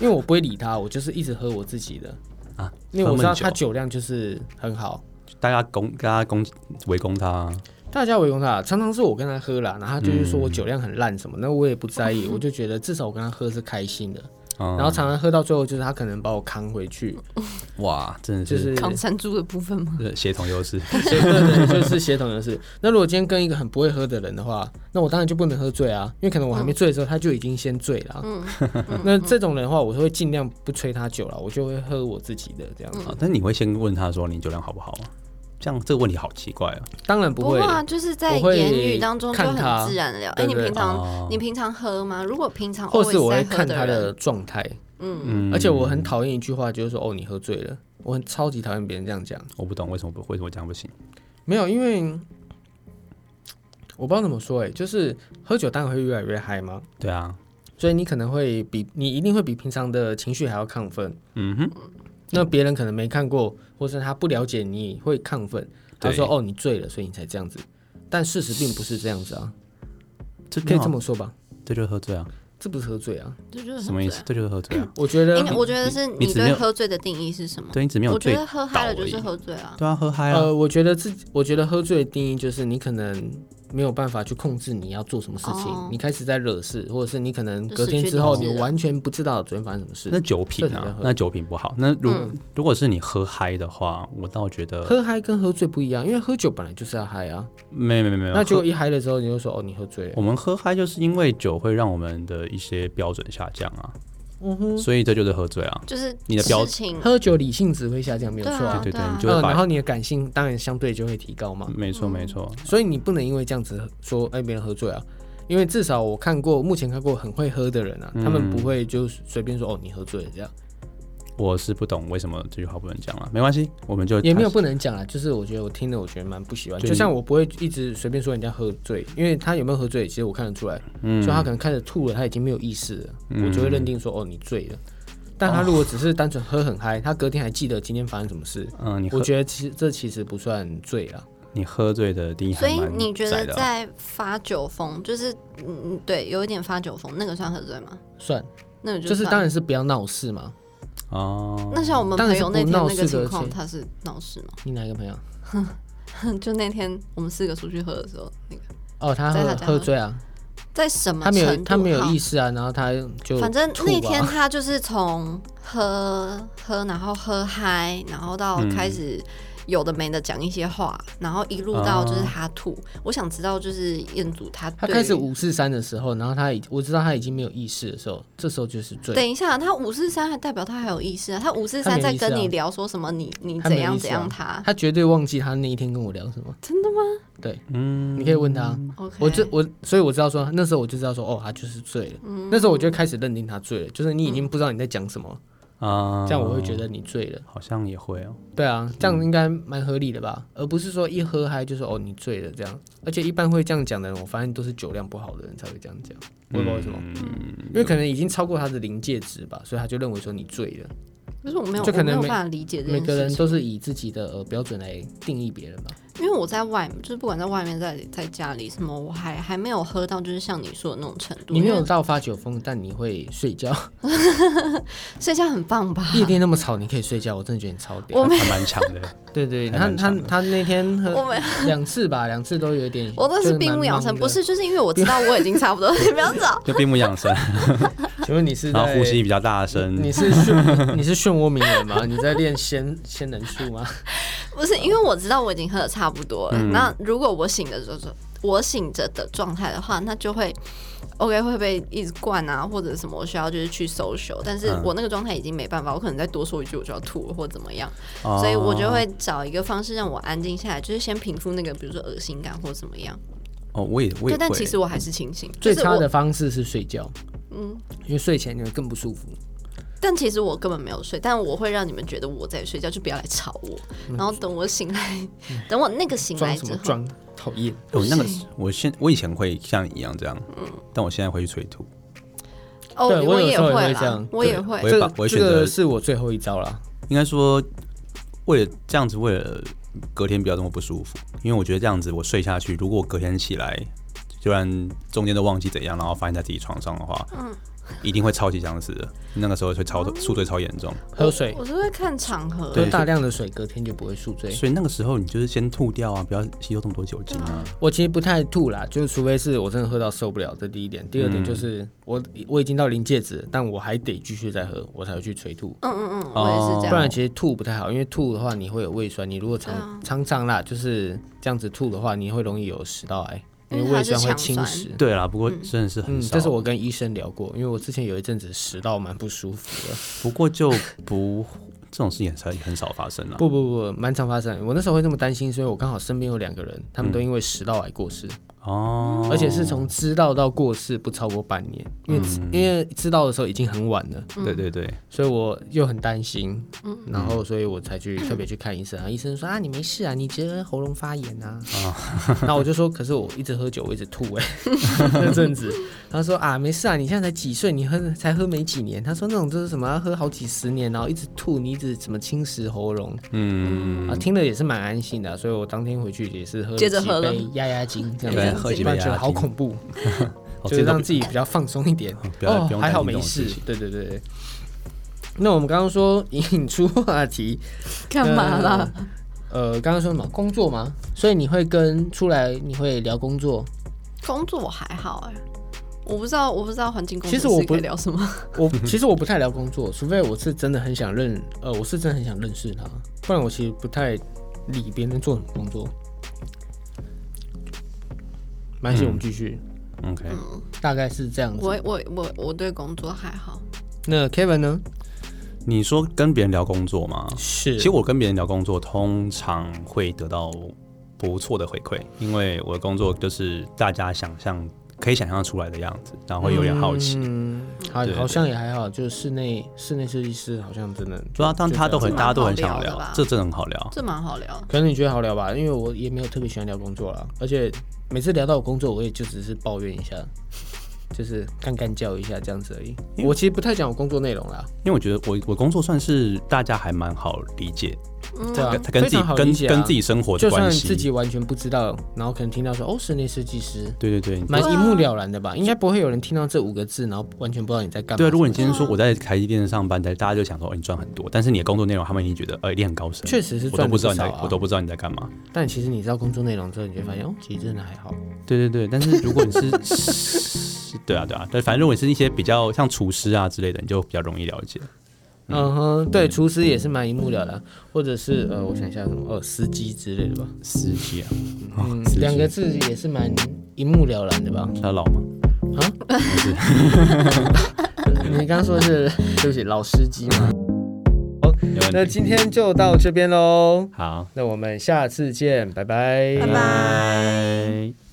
Speaker 3: 因为我不会 理他，我就是一直喝我自己的，
Speaker 1: 啊，
Speaker 3: 因为我知道他
Speaker 1: 闷酒
Speaker 3: 酒量就是很好。
Speaker 1: 大家攻，大家攻围攻他，
Speaker 3: 大家围攻他，常常是我跟他喝啦，然后他就是
Speaker 1: 嗯
Speaker 3: 说我酒量很烂什么，那我也不在意，我就觉得至少我跟他喝是开心的。
Speaker 1: 然
Speaker 3: 然后常常喝到最后，就是他可能把我扛回去，
Speaker 1: 哇，真的
Speaker 3: 就是是
Speaker 2: 扛山猪的部分吗？
Speaker 1: 这协同优势，
Speaker 3: 对对对，就是协同的事。那如果今天跟一个很不会喝的人的话，那我当然就不能喝醉啊，因为可能我还
Speaker 2: 嗯
Speaker 3: 没醉的时候，他就已经先醉了啊。那这种人的话，我会尽量不催他酒了，我就会喝我自己的这样
Speaker 2: 嗯
Speaker 3: 子。
Speaker 1: 啊但你会先问他说你酒量好不好啊？这样这个问题好奇怪啊，
Speaker 3: 当然
Speaker 2: 不
Speaker 3: 会
Speaker 2: 会，啊，就是在
Speaker 3: 我会
Speaker 2: 言语当中就
Speaker 3: 看他
Speaker 2: 很自然地聊。哎、
Speaker 3: 对
Speaker 2: 你
Speaker 3: 对
Speaker 2: 平
Speaker 1: 哦
Speaker 2: 常你平常喝吗？如果平常
Speaker 3: 或是
Speaker 2: always
Speaker 3: 我会
Speaker 2: 在喝
Speaker 3: 看他
Speaker 2: 人
Speaker 3: 的状态。
Speaker 1: 嗯，
Speaker 3: 而且我很讨厌一句话，就是说哦，你喝醉了。我很超级讨厌别人这样讲。
Speaker 1: 我不懂为什么不为什么这样不行。
Speaker 3: 没有，因为我不知道怎么说哎、就是喝酒当然会越来越嗨嘛，
Speaker 1: 对啊，
Speaker 3: 所以你可能会比你一定会比平常的情绪还要亢奋。嗯哼，那别人可能没看过，或是他不了解你会亢奋，他
Speaker 1: 对
Speaker 3: 说哦你醉了，所以你才这样子。但事实并不是这样子啊，
Speaker 1: 这
Speaker 3: 可
Speaker 1: 没
Speaker 3: 以
Speaker 1: 有
Speaker 3: 这么说吧？
Speaker 1: 这就是喝醉啊？
Speaker 3: 这不是喝醉啊，
Speaker 2: 这就是
Speaker 1: 什么意思？？这就是喝醉啊？
Speaker 3: 我觉
Speaker 2: 应
Speaker 3: 得呃
Speaker 2: 该我觉得是
Speaker 1: 你
Speaker 2: 你
Speaker 1: 只没
Speaker 2: 对
Speaker 1: 有
Speaker 2: 喝醉的定义是什么？
Speaker 1: 对你只没有
Speaker 2: 我觉
Speaker 1: 醉
Speaker 2: 得喝嗨了就是
Speaker 1: 倒
Speaker 2: 喝醉啊。
Speaker 1: 对啊，喝嗨了。
Speaker 3: 呃，我觉得自己，我觉得喝醉的定义就是你可能没有办法去控制你要做什么事情，
Speaker 2: 哦
Speaker 3: 你开始在惹事，或者是你可能
Speaker 2: 就
Speaker 3: 隔
Speaker 2: 失
Speaker 3: 天
Speaker 2: 去
Speaker 3: 之
Speaker 2: 理
Speaker 3: 后
Speaker 2: 智
Speaker 3: 你
Speaker 2: 了
Speaker 3: 完全不知道昨天发生什么
Speaker 1: 那
Speaker 3: 事。
Speaker 1: 酒品
Speaker 3: 这才叫
Speaker 1: 啊
Speaker 3: 喝，嗯
Speaker 1: 那酒品不好。那如如果是你喝嗨的话，我倒觉得
Speaker 3: 喝嗨跟喝醉不一样，因为喝酒本来就是要嗨啊，
Speaker 1: 没有没有没有。
Speaker 3: 那结
Speaker 1: 喝
Speaker 3: 果一嗨了之后你就说哦你喝醉了，
Speaker 1: 我们喝嗨就是因为酒会让我们的一些标准下降啊，
Speaker 3: 嗯
Speaker 1: 所以这就是喝醉啊。
Speaker 2: 就是
Speaker 1: 你的标
Speaker 2: 事情
Speaker 3: 喝酒理性值会下降，没有
Speaker 2: 对
Speaker 3: 错、
Speaker 2: 啊
Speaker 1: 对对对，
Speaker 2: 啊
Speaker 1: 你就
Speaker 3: 嗯，
Speaker 1: 会
Speaker 3: 然后嗯
Speaker 1: 把嗯
Speaker 3: 你的感性当然相对就会提高嘛，
Speaker 1: 没错没错，
Speaker 3: 所以你不能因为这样子说哎别人喝醉啊。因为至少我看过，目前看过很会喝的人
Speaker 1: 嗯
Speaker 3: 啊，他们不会就随便说哦你喝醉了这样，
Speaker 1: 我是不懂为什么这句话不能讲了，没关系，我们就
Speaker 3: 也没有不能讲啦，就是我觉得我听了，我觉得蛮不喜欢。
Speaker 1: 就
Speaker 3: 就像我不会一直随便说人家喝醉，因为他有没有喝醉，其实我看得出来。嗯，就他可能开始吐了，他已经没有意识了，
Speaker 1: 嗯
Speaker 3: 我就会认定说哦你醉了。但他如果只是单纯喝很嗨，他隔天还记得今天发生什么事，
Speaker 1: 嗯，你
Speaker 3: 我
Speaker 1: 喝
Speaker 3: 觉得其实这其实不算醉啊啦。
Speaker 1: 你喝醉的定义还
Speaker 2: 所以
Speaker 1: 蛮
Speaker 2: 你觉
Speaker 1: 窄
Speaker 2: 得
Speaker 1: 的啊
Speaker 2: 在发酒疯，就是嗯嗯对，有一点发酒疯，那个算喝醉吗？
Speaker 3: 算，
Speaker 2: 那个
Speaker 3: 就是
Speaker 2: 算
Speaker 3: 当然。是不要闹事嘛。
Speaker 1: 哦，
Speaker 2: 那像我们
Speaker 3: 当然
Speaker 2: 朋
Speaker 3: 是
Speaker 2: 友那
Speaker 3: 不
Speaker 2: 天
Speaker 3: 闹
Speaker 2: 那
Speaker 3: 事
Speaker 2: 个情
Speaker 3: 的
Speaker 2: 况，
Speaker 3: 情
Speaker 2: 他是闹事吗？
Speaker 3: 你哪一个朋友？
Speaker 2: 就那天我们四个出去喝的时候，那个
Speaker 3: 哦，他
Speaker 2: 在
Speaker 3: 喝
Speaker 2: 他家
Speaker 3: 喝
Speaker 2: 喝
Speaker 3: 醉啊，
Speaker 2: 在什么
Speaker 3: 他没有
Speaker 2: 程度
Speaker 3: 他没有
Speaker 2: 好
Speaker 3: 意识啊，然后他就
Speaker 2: 反正
Speaker 3: 吐
Speaker 2: 那
Speaker 3: 吧
Speaker 2: 天他就是从喝喝，然后喝嗨，然后到开始
Speaker 1: 嗯
Speaker 2: 有的没的讲一些话，然后一路到就是
Speaker 1: 哦
Speaker 2: 他吐。我想知道就是彦祖他
Speaker 3: 他
Speaker 2: 对
Speaker 3: 开始
Speaker 2: 于
Speaker 3: 五四三的时候，然后他已我知道他已经没有意识的时候，这时候就是醉。
Speaker 2: 等一下，他五四三还代表他还有意识啊？他五四
Speaker 3: 他没
Speaker 2: 三
Speaker 3: 意
Speaker 2: 在
Speaker 3: 识
Speaker 2: 跟
Speaker 3: 啊
Speaker 2: 你聊说什么你？你
Speaker 3: 他
Speaker 2: 怎
Speaker 3: 没
Speaker 2: 样
Speaker 3: 意思
Speaker 2: 怎
Speaker 3: 啊
Speaker 2: 样他？
Speaker 3: 他绝对忘记他那一天跟我聊什么。
Speaker 2: 真的吗
Speaker 3: 对，
Speaker 1: 嗯
Speaker 3: 你可以问他。啊
Speaker 2: ？OK，
Speaker 3: 我这我，所以我知道说，那时候我就知道说，哦，他就是醉了。
Speaker 2: 嗯
Speaker 3: 那时候我就开始认定他醉了，就是你已经不知道你在讲什么了，
Speaker 1: 啊，
Speaker 3: 这样我会觉得你醉了。
Speaker 1: 好像也会哦。
Speaker 3: 对啊，这样应该蛮合理的吧，而不是说一喝嗨就说哦你醉了这样。而且一般会这样讲的人，我发现都是酒量不好的人才会这样讲，
Speaker 1: 嗯
Speaker 3: 我也不知道为什么，因为可能已经超过他的临界值吧，所以他就认为说你醉了。
Speaker 2: 可是我没有，
Speaker 3: 就可能
Speaker 2: 我没有
Speaker 3: 每
Speaker 2: 办法理解这
Speaker 3: 每
Speaker 2: 件
Speaker 3: 个
Speaker 2: 事
Speaker 3: 人
Speaker 2: 情，
Speaker 3: 都是以自己的呃标准来定义别人吧。
Speaker 2: 因为我在外，就是不管在外面，在在家里什么，我还还没有喝到就是像你说的那种程度。
Speaker 3: 你没
Speaker 2: 因
Speaker 3: 有
Speaker 2: 为
Speaker 3: 到发酒疯，但你会睡觉。
Speaker 2: 睡觉很棒 吧？
Speaker 3: 夜店那么吵，你可以睡觉，我真的觉得你超屌
Speaker 2: 我。没
Speaker 1: 还蛮强的。
Speaker 3: 对对，
Speaker 1: 还
Speaker 3: 他
Speaker 1: 蛮
Speaker 3: 他
Speaker 1: 长的
Speaker 3: 他那天
Speaker 2: 我
Speaker 3: 喝
Speaker 2: 没
Speaker 3: 两次吧，两次都有点，
Speaker 2: 我都
Speaker 3: 就是蛮
Speaker 2: 兵无养生，
Speaker 3: 忙的
Speaker 2: 不。是 就是因为我知道我已经差不多， 你不要找。
Speaker 1: 就闭目养神，
Speaker 3: 请问你是
Speaker 1: 然后
Speaker 3: 在
Speaker 1: 呼吸比较大声，
Speaker 3: 你是 漩你是漩涡鸣人吗？你在练仙仙人术吗？
Speaker 2: 不是因为我知道我已经喝的差不多
Speaker 3: 嗯
Speaker 2: 了。那如果我醒的时候，我醒着的状态的话，那就会 OK 会被一直灌啊，或者什么，我需要就是去搜 o 但是
Speaker 1: 嗯
Speaker 2: 我那个状态已经没办法，我可能再多说一句我就要吐了或怎么样，
Speaker 1: 哦
Speaker 2: 所以我就会找一个方式让我安静下来，就是先平复那个比如说恶心感或怎么样。
Speaker 1: 哦，我也我也会，
Speaker 2: 对，但其实我还是清醒，就
Speaker 3: 最
Speaker 2: 是
Speaker 3: 差的
Speaker 2: 我，
Speaker 3: 方式是睡觉，
Speaker 2: 嗯，
Speaker 3: 因为睡前你会更不舒服。
Speaker 2: 但其实我根本没有睡，但我会让你们觉得我在睡觉，就不要来吵我。然后等我醒来，等我那个醒
Speaker 3: 嗯装
Speaker 2: 来
Speaker 3: 什
Speaker 2: 之
Speaker 3: 么
Speaker 2: 后，
Speaker 3: 装？讨厌，
Speaker 1: 我哦那个我现我以前会像你一样这样，
Speaker 2: 嗯
Speaker 1: 但我现在会去催吐，
Speaker 2: 哦，
Speaker 3: 对我有
Speaker 2: 也
Speaker 3: 时候也
Speaker 2: 会
Speaker 3: 会这
Speaker 2: 啦
Speaker 3: 样，
Speaker 2: 我也
Speaker 1: 对
Speaker 2: 会
Speaker 1: 我。也把我也
Speaker 3: 这
Speaker 1: 选择
Speaker 3: 个是我最后一招了。
Speaker 1: 应该说为了这样子，为了隔天不要这么不舒服，因为我觉得这样子我睡下去，如果我隔天起来，就然中间都忘记怎样，然后发现在自己床上的话，嗯，一定会超级想死的，那个时候会
Speaker 2: 哦
Speaker 1: 超宿醉超严重，
Speaker 3: 喝水
Speaker 2: 我，我是会看场合，
Speaker 3: 喝
Speaker 1: 对
Speaker 3: 大量的水，隔天就不会宿醉。
Speaker 1: 所以那个时候你就是先吐掉啊，不要吸收这么多酒精啊，
Speaker 3: 我其实不太吐啦，就是除非是我真的喝到受不了，这第一点。第二
Speaker 1: 嗯
Speaker 3: 点就是、我我已经到临界值了，但我还得继续再喝，我才会去催吐。
Speaker 2: 嗯嗯嗯，我也是
Speaker 1: 哦
Speaker 2: 这
Speaker 3: 不
Speaker 2: 样。
Speaker 3: 然其实吐不太好，因为吐的话你会有胃酸，你如果常、
Speaker 2: 嗯
Speaker 3: 常常啦，就是这样子吐的话，你会容易有食道癌，因
Speaker 2: 因
Speaker 3: 为
Speaker 2: 为嗯
Speaker 3: 胃
Speaker 2: 它是
Speaker 3: 酸会
Speaker 2: 强
Speaker 3: 侵
Speaker 2: 酸
Speaker 3: 蚀。
Speaker 1: 对啦，不过真的是很
Speaker 3: 嗯，
Speaker 1: 少，
Speaker 3: 这是我跟医生聊过，因为我之前有一阵子食道蛮不舒服的。
Speaker 1: 不过就不这种事情很很少发生了，
Speaker 3: 不不不，蛮常发生。我那时候会这么担心，所以我刚好身边有两个人，他们都因为食道癌过世，
Speaker 1: 嗯哦，
Speaker 3: 而且是从知道到过世不超过半年，因为、
Speaker 1: 嗯
Speaker 3: 因为知道的时候已经很晚了，
Speaker 2: 嗯
Speaker 1: 对对对，
Speaker 3: 所以我又很担心，然后所以我才去特别去看医生啊。医生说啊，你没事啊，你只是喉咙发炎啊。
Speaker 1: 哦
Speaker 3: 那我就说，可是我一直喝酒，我一直吐哎、 那阵子。他说啊，没事啊，你现在才几岁，你喝才喝没几年。他说那种就是什么要喝好几十年，然后一直吐，你一直什么侵蚀喉咙。
Speaker 1: 嗯，
Speaker 3: 啊，听了也是蛮安心的啊、所以我当天回去也是喝了
Speaker 2: 接着
Speaker 3: 几
Speaker 2: 喝了
Speaker 3: 杯压压惊，这
Speaker 1: 对
Speaker 3: 样
Speaker 1: 哎
Speaker 3: 子
Speaker 1: 喝几
Speaker 3: 不然
Speaker 1: 杯
Speaker 3: 觉得
Speaker 1: 压压
Speaker 3: 好
Speaker 1: 惊
Speaker 3: 恐怖，
Speaker 1: 哦
Speaker 3: 就
Speaker 1: 这
Speaker 3: 是
Speaker 1: 都
Speaker 3: 让自己比较放松一点
Speaker 1: 嗯。 不要不
Speaker 3: 哦
Speaker 1: 用，
Speaker 3: 还好
Speaker 1: 担心这
Speaker 3: 没
Speaker 1: 种
Speaker 3: 事
Speaker 1: 事情。
Speaker 3: 对对对对。那我们刚刚说引出话题，
Speaker 2: 干嘛啦？
Speaker 3: 呃，刚刚说什么工作吗？所以你会跟出来，你会聊工作。
Speaker 2: 工作我还好哎，我不知道，我不知道环境工
Speaker 3: 其
Speaker 2: 作
Speaker 3: 实我不
Speaker 2: 可以聊什么。
Speaker 3: 我其实我不太聊工作，除非我是真的很想认，呃，我是真的很想认识他，不然我其实不太理别人做什么工作。蛮
Speaker 1: 嗯
Speaker 3: 系，我们继续，
Speaker 1: OK，
Speaker 2: 嗯
Speaker 3: 大概是这样子。
Speaker 2: 我我我我对工作还好，
Speaker 3: 那 Kevin 呢？
Speaker 1: 你说跟别人聊工作吗？
Speaker 3: 是
Speaker 1: 其实我跟别人聊工作，通常会得到不错的回馈，因为我的工作就是大家想象可以想象出来的样子，然后会有点好奇。
Speaker 3: 嗯，好，
Speaker 1: 对对
Speaker 3: 好像也还好，就是室内室内设计师好像真的，
Speaker 1: 主要当啊他都很
Speaker 2: 就这样
Speaker 1: 大家都很想
Speaker 2: 蛮好聊的
Speaker 1: 聊
Speaker 2: 吧，
Speaker 1: 这真的很好聊。
Speaker 2: 这蛮好聊的。
Speaker 3: 可能你觉得好聊吧，因为我也没有特别喜欢聊工作啦，而且每次聊到我工作，我也就只是抱怨一下， 就是干干叫一下这样子而已。我其实不太讲我工作内容啦，
Speaker 1: 因为我觉得我我工作算是大家还蛮好理解，
Speaker 2: 嗯
Speaker 3: 对啊
Speaker 1: 跟，他跟
Speaker 3: 非
Speaker 1: 自己
Speaker 3: 常好
Speaker 1: 跟
Speaker 3: 理解啊
Speaker 1: 跟自己生活的
Speaker 3: 就
Speaker 1: 关
Speaker 3: 算自
Speaker 1: 系。
Speaker 3: 己完全不知道，然后可能听到说哦，室内设计师，
Speaker 1: 对对对，
Speaker 3: 蛮
Speaker 2: 对啊
Speaker 3: 一目了然的吧？应该不会有人听到这五个字，然后完全不知道你在干嘛。
Speaker 1: 对啊，如果你今天
Speaker 3: 嗯
Speaker 1: 说我在台积电上班，大家就想说，哦，你赚很多，但是你的工作内容，他们一定觉得，呃，一定很高深。
Speaker 3: 确实是
Speaker 1: 我都
Speaker 3: 赚
Speaker 1: 不
Speaker 3: 得
Speaker 1: 知道你
Speaker 3: 少
Speaker 1: 在，
Speaker 3: 啊
Speaker 1: 我都嗯不知道你在干嘛。
Speaker 3: 但其实你知道工作内容之后，你就会发现哦，其实真的还好。
Speaker 1: 对对对，但是如果你是是， 对啊对啊，但反正如果你是一些比较像厨师啊之类的，你就比较容易了解。
Speaker 3: 嗯哼，对，厨师也是蛮一目了然，或者是呃，我想一下什么，呃，司机之类的吧。
Speaker 1: 司机啊，
Speaker 3: 嗯，两个字也是蛮一目了然的 吧？
Speaker 1: 他老吗？
Speaker 3: 啊？你刚刚说的是 对不起，老司机嘛。
Speaker 1: 没
Speaker 3: 那
Speaker 1: 问题。
Speaker 3: 今天就到这边喽，
Speaker 1: 好，
Speaker 3: 那我们下次见，拜拜，
Speaker 2: 拜拜
Speaker 1: 拜。